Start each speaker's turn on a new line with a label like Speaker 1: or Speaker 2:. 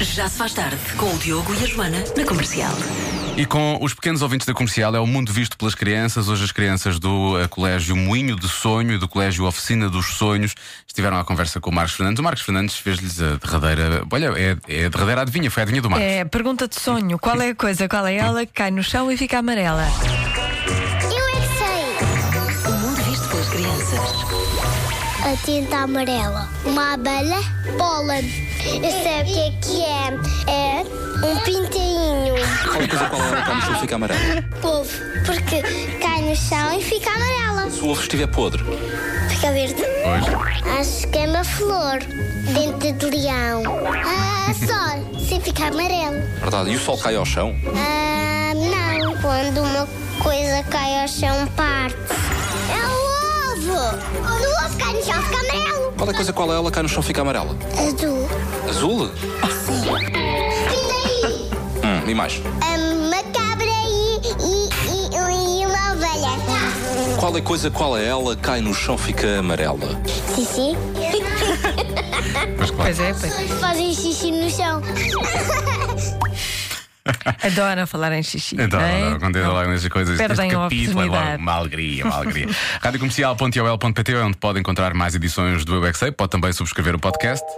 Speaker 1: Já se faz tarde com o Diogo e a Joana na comercial.
Speaker 2: E com os pequenos ouvintes da comercial, é o mundo visto pelas crianças. Hoje, as crianças do eh, Colégio Moinho de Sonho e do Colégio Oficina dos Sonhos estiveram à conversa com o Marcos Fernandes. O Marcos Fernandes fez-lhes a derradeira. Olha, é, é a derradeira adivinha, foi a adivinha do Marcos.
Speaker 3: É, pergunta de sonho. Qual é a coisa? Qual é ela que cai no chão e fica amarela?
Speaker 4: Eu é que sei.
Speaker 1: O mundo visto pelas crianças.
Speaker 4: A tinta amarela. Uma abelha pólen. Eu sei o que é que é. É um pintainho.
Speaker 5: Qual é a coisa qual ela está no chão fica amarela?
Speaker 4: Povo. Porque cai no chão e fica amarela.
Speaker 5: Se o ovo estiver podre,
Speaker 4: Fica verde.
Speaker 2: Pois.
Speaker 4: Acho que é uma flor. Dente de leão. Ah, sol. Se fica amarelo.
Speaker 5: verdade, e o sol cai ao chão,
Speaker 4: Ah, não. Quando uma coisa cai ao chão, parte. É o ovo. Quando o ovo cai no chão, fica amarelo.
Speaker 5: qual é a coisa qual ela cai no chão fica amarela?
Speaker 4: Azul.
Speaker 5: Azul?
Speaker 4: Pintainho.
Speaker 5: Hum, e mais?
Speaker 4: uma cabra e, e- e- e uma ovelha. Tá.
Speaker 5: Qual é a coisa qual a ela cai no chão fica amarela?
Speaker 4: Xixi?
Speaker 2: Pois claro.
Speaker 3: Pois é, pois.
Speaker 4: Fazem xixi no chão.
Speaker 3: Adora falar em xixi.
Speaker 2: Então,
Speaker 3: não é?
Speaker 2: agora, quando eu
Speaker 3: Não.
Speaker 2: logo nessas coisas, este
Speaker 3: Perdem a
Speaker 2: capítulo é logo
Speaker 3: oportunidade.
Speaker 2: uma alegria, uma alegria. Radiocomercial.iol.pt é onde pode encontrar mais edições do Eu é Que Sei. Pode também subscrever o podcast.